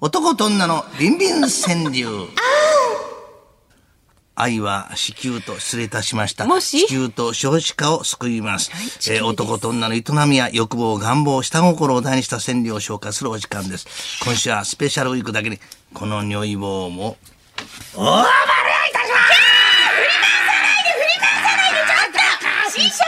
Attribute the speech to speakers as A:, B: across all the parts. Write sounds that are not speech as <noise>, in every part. A: 男と女のビンビン川柳。愛は子宮と失礼いたしました。
B: もし
A: 子宮と少子化を救います。
B: 地球
A: え
B: です
A: ー男と女の営みや欲望、願望、下心を題にした川柳を紹介するお時間です。今週はスペシャルウィークだけに、この如意棒も、
B: 師匠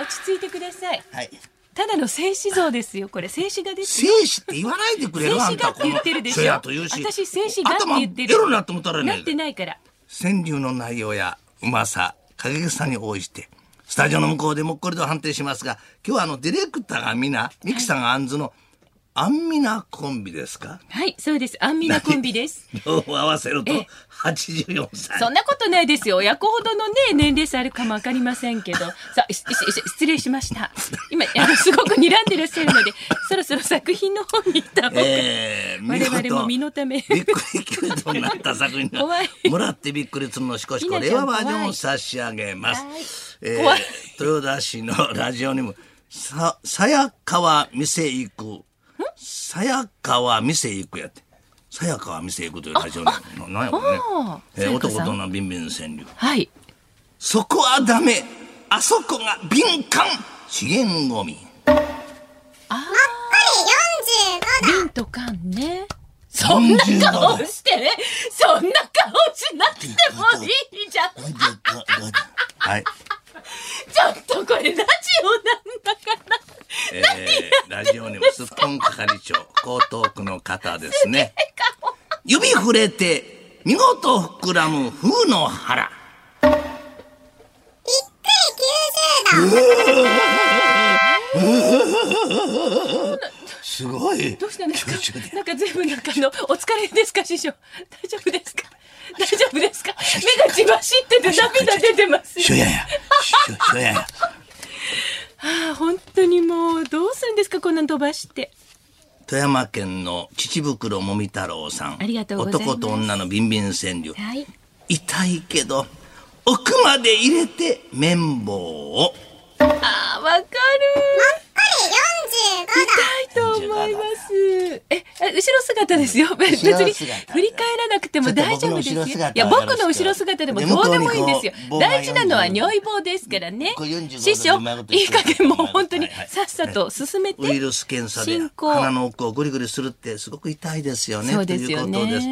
B: 落ち着いてください
A: はい。
B: ただの静止像ですよこれ静止画です
A: 静
B: よ
A: 止って言わないでくれ
B: 静
A: る
B: 止画って言ってるでしょ
A: やと言うし。
B: 私静止画って言ってる
A: 頭エロになってもたらね。
B: なってないから
A: 川柳の内容やうまさ陰口さに応じてスタジオの向こうでもっこりと判定しますが今日はあのディレクターが皆ミキさんがアンズのアンミナコンビですか
B: はいそうですアンミナコンビ
A: <laughs>
B: です
A: 両方合わせると
B: え
A: 84歳
B: そんなことないですよ親子ほどのね年齢差あるかもわかりませんけどさししし失礼しました今あのすごく睨んでらっしゃるのでそろそろ作品の方に行った方が、
A: えー、
B: 我々
A: 見事
B: も身のため
A: びっくりキュートになった作品が
B: 怖い
A: もらってびっくりするのしこしこ
B: ひな
A: 令
B: ちゃ
A: 和
B: ん
A: バ
B: 怖い
A: ージョンを差し上げま
B: はい
A: す、えー
B: 怖い
A: 豊田市のラジオにもさやかわ店行くさやかわ店行くやってさやかわ店行くというラジオにもななんやこれね
B: あ、
A: えー
B: さやかさん
A: 男とのビンビン川柳
B: はい
A: そこはダメあそこが敏感資源ゴミ
B: あ
C: 45度
B: ー瓶と缶ねそんな顔してねそんな顔しなくてもいいじゃん
A: はい
B: ちょっとこれラジオなんだから。
A: えー、ラジオネームすっぽん係長江東区の方ですね指触れて見事膨らむ風の腹
C: びっくり90度
A: すごい
B: どうしたんですか
A: 90
B: <laughs>
A: で
B: なんか随分なんかあの、お疲れですか師匠。大丈夫ですか大丈夫ですか目が血走ってて涙出てますよ。
A: しょややしょしょやや
B: ああ、本当にもう、どうするんですかこんなん飛ばして。
A: 富山県の秩袋もみ太郎さん
B: ありがとうございます
A: 男と女のビンビン川柳
B: はい。
A: 痛いけど奥まで入れて綿棒を
B: ああ、わかる。痛いと思います。え、あ後ろ姿ですよ。別
A: 後ろ
B: に
A: 姿
B: 振り返らなくても大丈夫です
A: ちょっ
B: よ。
A: と僕の後ろ
B: い
A: 姿
B: や、
A: は
B: 僕
A: よろしく
B: の後ろ姿でも
A: で
B: どうでもいいんですよ
A: 向こうにこ。う
B: 大事なのは
A: 棒が
B: 尿意棒ですからね
A: こう45。度
B: 師
A: で
B: 匠
A: うまいこと、言
B: い
A: っ
B: い
A: てる
B: 加減もう本当
A: は
B: に
A: いはい
B: さっさと進めて。
A: ウイルス検査で
B: 進行
A: 鼻の奥をゴリゴリするってすごく痛いですよね
B: そうですよね
A: ということです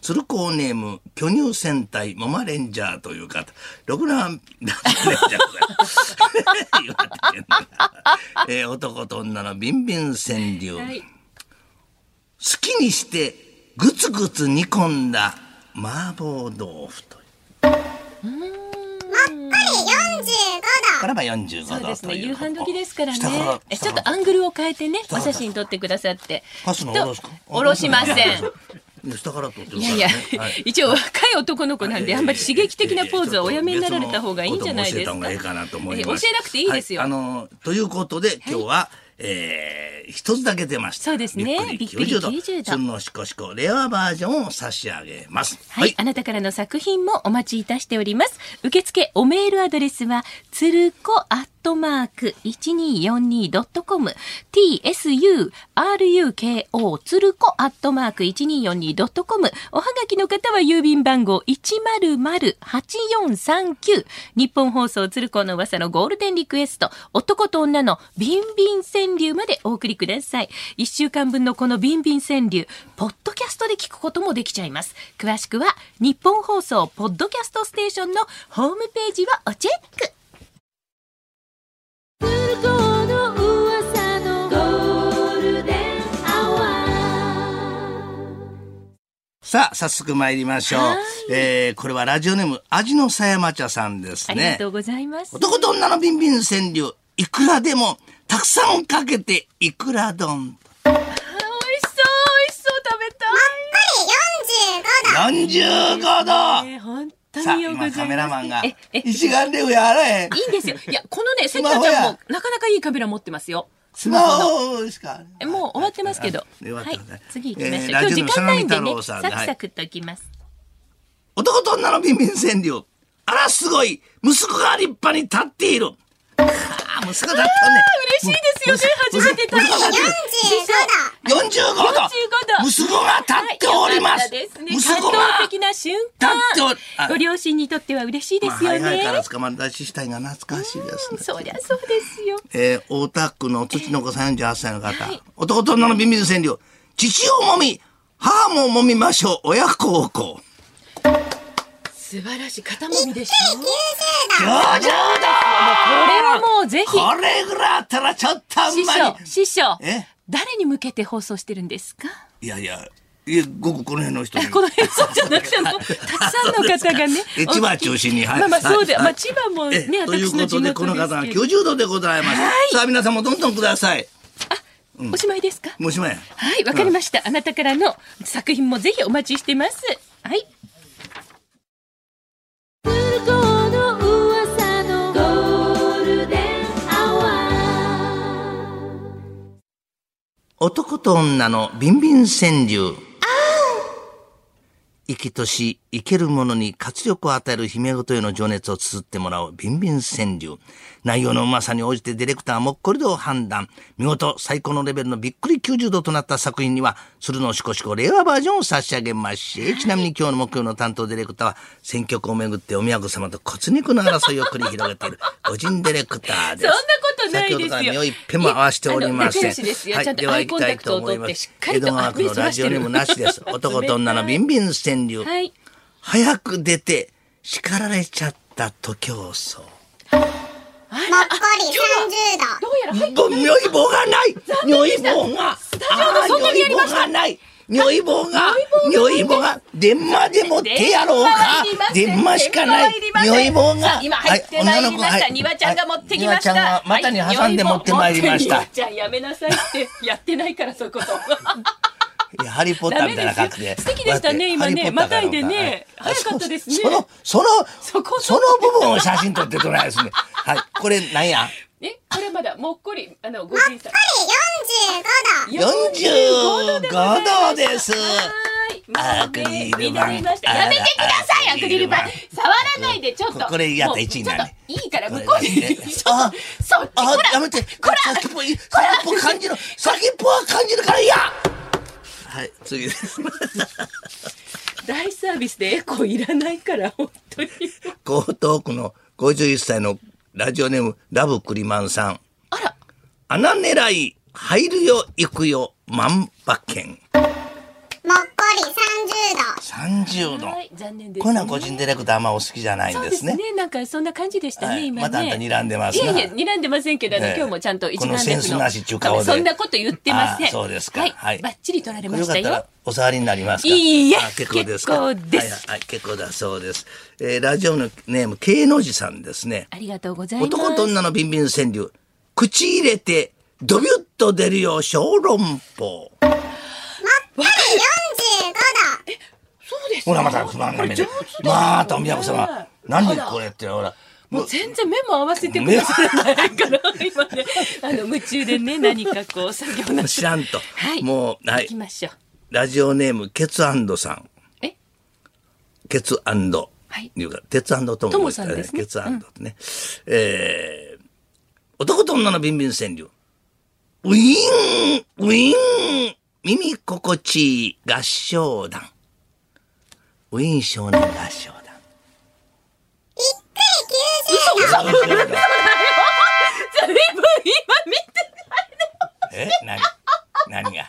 A: 鶴光ネーム巨乳戦隊ママレンジャーという方ろくなママレンジャーでご <laughs> ざいます岩手県の <laughs> えー男と女のビンビン川柳、
B: はい。
A: 好きにしてグツグツ煮込んだ麻婆豆腐という
C: 45度
A: これは45度
B: そうですね。
A: とい
B: 夕飯時ですからね
A: 下ら。
B: え、
A: 下
B: ちょ
A: ら
B: っとアングルを変えてね、
A: ら
B: お写真撮ってくださって。
A: カスの下ろすか
B: おろしません。
A: いや下から取ってく
B: い
A: だ
B: や
A: さ
B: いや
A: ねはい、
B: 一応若い男の子なんで、あんまり刺激的なポーズはおやめになられた方がいいんじゃないですか。
A: えーちょっと別のことも教えた方がいいかなと思います。
B: え教えなくていいですよ。
A: はあのということで今日は、えー一つだけ出ました。
B: そうですね
A: びっくり90度。
B: びっくり90度
A: 旬のしこしこレアバージョンを差し上げます。
B: はい、あなたからの作品もお待ちいたしております。受付おメールアドレスは、つるこアットマーク 1242.com、tsuruko つるこアットマーク 1242.com、おはがきの方は郵便番号100-8439、日本放送つるこの噂のゴールデンリクエスト、男と女のビンビン川柳までお送りください。1週間分のこのビンビン川柳、ポッドキャストで聞くこともできちゃいます。詳しくは、日本放送ポッドキャストステーションのホームページをチェック。
A: さあ早速参りましょう
B: はい。
A: えーこれはラジオネーム味のさやま茶さんです
B: ありが
A: ね
B: と。うございます。
A: 男と女のビンビン川柳いくらでもたくさんかけていくら丼。
B: あ美味しそう、美味しそう、食べた
C: 45
A: 45
B: い。
A: 度。
B: ね本
A: さ
B: 当
A: あ
B: によくござい
A: 今
B: ます。
A: カメラマンが
B: え、え、い
A: 一眼レフやあらへん。
B: いんですよ。いや、このね、
A: ス
B: 関
A: マホ
B: 田
A: や
B: ちゃんも、なかなかいいカメラ持ってますよ。
A: スマホですか。
B: えもう終わってますけど。
A: 終わっ
B: は
A: た
B: い
A: ね、
B: 次行きま
A: え
B: し
A: ー
B: ょう。
A: ラ
B: 今日時
A: ジオの佐
B: 間ない
A: 波
B: んで
A: 太
B: ね
A: 郎、さ
B: サ
A: んで、
B: ク
A: は
B: サ
A: い、
B: クっといきます。
A: 男と女のビンビン川柳。あらすごい息子が立派に立っている。かあ、息子だったね。
B: 嬉しいですよね
A: うん
B: 初めて食べた
A: 息子だっ
C: 45
A: た45度
B: 45
A: 息子が立っております、
B: はいよかったですね、
A: 息
B: 感
A: 子
B: 動
A: が
B: 的な瞬
A: 立っておりあ
B: 間。ご両親にとっては嬉しいで
A: まあ
B: すよ
A: ハ
B: ね。
A: イハイから捕まり出ししたいが懐かしいですね
B: そりゃそうですよ。
A: えー、大田区の土の子38歳の方、
B: はい
A: 男と女のビンビン川柳父をもみ母ももみましょう親孝行
B: 素晴らしい肩もみでしょ。こ
A: 上々
B: れ
A: だ
B: はもうぜひ
A: <laughs> これぐらいあったらちょっとあん
B: 師
A: ま
B: 匠
A: り
B: 師匠
A: え
B: 誰に向けて放送してるんですか。
A: いやいやいやごくこの辺の人に
B: この辺そうじゃなくてあのたくさんの方がね。
A: <laughs> え千葉中心に、
B: まあまあそうで、
A: はい
B: まあ千葉も
A: え
B: ね
A: という
B: 私
A: こ
B: の
A: と
B: 地
A: でこ
B: 元
A: の
B: で
A: 方が
B: すけど。
A: 90度でございます、さあ皆さんもどんどんください
B: おしまいですか。
A: もしもや
B: はい、わかりました。あなたからの作品もぜひお待ちしてます。はい。
A: 男と女のビンビン川柳生きとし生けるものに活力を与える姫ごとへの情熱を綴ってもらおうビンビン川柳内容のうまさに応じてディレクターはもっこり度を判断見事最高のレベルのびっくり90度となった作品には鶴のしこしこ令和バージョンを差し上げますしちなみに今日の木曜の担当ディレクターは選挙区をめぐってお宮子様と骨肉の争いを繰り広げている個人ディレクター
B: そ
A: です
B: んなことないですよ
A: 先ほどから身を一遍も合わせておりません
B: いやあの仲良しですよ
A: はい
B: ちゃんと
A: では
B: アイコンタクトを取って
A: 行き
B: した
A: い
B: っかりと
A: 思います江戸川区のラジオにもなしです
B: あ
A: 男と女のビンビン川柳、
B: はい。
A: 早く出て叱られちゃった徒競走
B: あら
C: もっこり30度
B: どうやら入っ
A: 尿意棒がない尿意棒がス
B: タジオの外にありました
A: がない尿意棒が尿意棒が電話でもってやろうか電
B: 電
A: 話
B: 話
A: し
B: し
A: か
B: か
A: な
B: ないい
A: 尿意棒
B: さ
A: が
B: あ今入ってまいりました
A: はい
B: にわちゃんが持ってきました
A: はいにわちゃんが股に挟んで持ってまいりました
B: はいにわちゃんやめなさいってやってないからそういうこと
A: いやハリー・ポッターみたいな感じ
B: ダメ
A: で
B: ですよ素敵でしたね
A: こうやって
B: 今ねま
A: ハリーポッターか
B: たいでね
A: はい
B: 早かったですね
A: そのそのそ
B: そこ
A: の部分を写真撮ってどないですねはいこれなんや
B: <laughs> えこれまだもっこりあのご人さん
A: 45
C: 45
A: 度です
B: はいもうね
A: アクリル板
B: 乱れましたやめてください
A: ア
B: アク
A: クリ
B: リル
A: ル板
B: 板触らないでちょっと
A: ここれやったら一位になるね
B: もうちょっといいから向こうに
A: これね
B: ちょっと
A: あ
B: そっち
A: あ
B: ほら
A: やめて先っぽい先っぽ感じる先っぽは感じるからいやはい次です
B: <laughs> 大サービスでエコーいらないから本当に
A: 江東区の51歳のラジオネームラブクリマンさん
B: あら
A: 穴狙い入るよ行くよ万馬券
C: 度もっこり30度
A: 30度
B: はい残念ですね
A: こういうのは個人ディレクターあんまお好きじゃないん
B: そう
A: で
B: ですす
A: ね
B: ね。なんかそんな感じでしたね、
A: はい
B: 今ね。
A: またあんた睨んでます
B: い
A: な
B: やいや、睨んでませんけど、あの
A: ええ
B: 今日もちゃんと一
A: この
B: 眼レフの。
A: センスなしっちゅう顔で
B: そんなこと言ってません。
A: あそうですか
B: はい。
A: はい
B: バッチリ取られま
A: よ
B: し
A: か
B: た
A: った
B: よ
A: ら。お触りになりますか
B: いいえ
A: あ結構ですか
B: 結構です
A: はいはい、結構だそうです、えー、ラジオのネーム K の字さんですね
B: ありがとうございます。
A: 男と女のビンビン川柳口入れてドビュッと出るよ小籠包
C: 45度
B: そうです
A: ほ
B: よ
A: らまたつまんな
B: これ
A: い目
B: 上
A: で
B: 手ですよね
A: またお宮子様何こ
B: あら
A: れってほら
B: もう全然目も合わせてくださらないから、今ね、あの、夢中でね、何かこう、作業な
A: 知らんと、
B: はい。
A: もう、は
B: 行
A: い
B: き、ましょう。 <laughs>
A: ラジオネームケツアンドさん
B: え
A: ケツアンド
B: はい
A: いうか鉄アンドト
B: ト
A: モ
B: モさんですね
A: ケツアンドってね、えー男と女のビンビン川柳ウィーンウィーン耳心地いい合唱団ウィーン少年合唱団
C: びっくり90度
B: 随分今見て
A: え何何が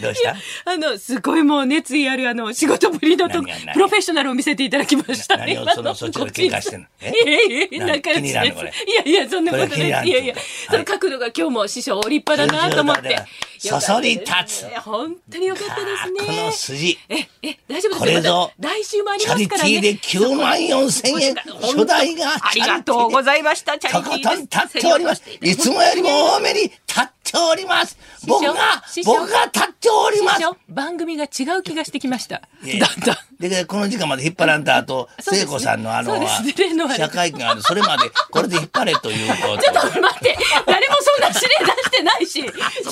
A: どうした
B: あの、すごいもう熱意あるあの、仕事ぶりのと
A: 何が何が
B: プロフェッショナルを見せていただきました
A: な
B: ね。
A: 何を
B: 今
A: そのそっちの喧嘩してんのえ
B: いやいやいや、
A: 何
B: 仲良しで
A: 気に
B: す。い
A: な
B: や
A: るのこれ
B: いや、そんなことない
A: これ気になる
B: いやいや
A: ちょっ、と
B: そ
A: は
B: の
A: い
B: 角度が今日も師匠お立派だなと思って。
A: 90度だ
B: よかったです
A: そそり立つ
B: ね本当に良かったです
A: こ
B: ね。
A: の筋
B: え、え、大丈夫です
A: これぞ
B: また来週もあり
A: チ
B: ま
A: ャ
B: す
A: リ
B: か
A: テ
B: らね。
A: ィーで9万4千円初代が
B: ありがとうございました。チャ
A: と
B: リテ
A: こ
B: ィー
A: とん立っております。いつもよりも多めに立っております。僕が
B: 師、匠
A: 僕が立っております
B: 師。匠番組が違う気がしてきました。
A: いや
B: だんだん。
A: で、この時間まで引っ張らんと後、
B: そうです
A: 聖
B: ね
A: 子さんのあの
B: そうですね例のあれ
A: 社会がある、それまでこれで引っ張れというこ
B: ちょっ
A: と。
B: と待って、誰もそんな指令出してない
A: <laughs>
B: し、ち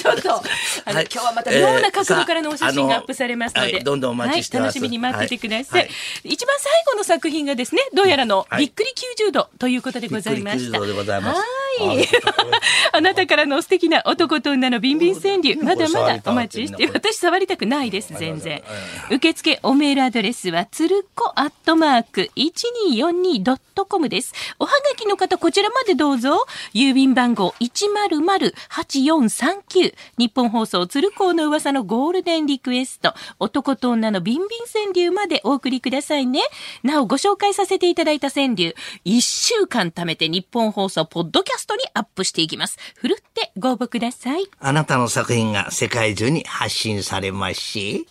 B: ょっと、あの、
A: はい
B: 今日はまた妙な角度からのお写真
A: えーさあ
B: がアップされますので、
A: あのはいどんどんお待ちしてます
B: はい楽しみに待っててください,、
A: はいは
B: 一番最後の作品がですね、どうやらの、
A: はい
B: びっくり90度ということでございました。
A: びっくり90度でございます
B: はい。あなたからの素敵な男と女のビンビン川柳、まだまだお待ちしている。私触りたくないです、全然。受付おメールアドレスは、つるこアットマーク 1242.com です。おはがきの方、こちらまでどうぞ。郵便番号100-8439。日本放送、つるこの噂のゴールデンリクエスト。男と女のビンビン川柳までお送りくださいね。なお、ご紹介させていただいた川柳、1週間貯めて日本放送、ポッドキャストにアップしていきます。ふるってご応募ください。
A: あなたの作品が世界中に発信されますし、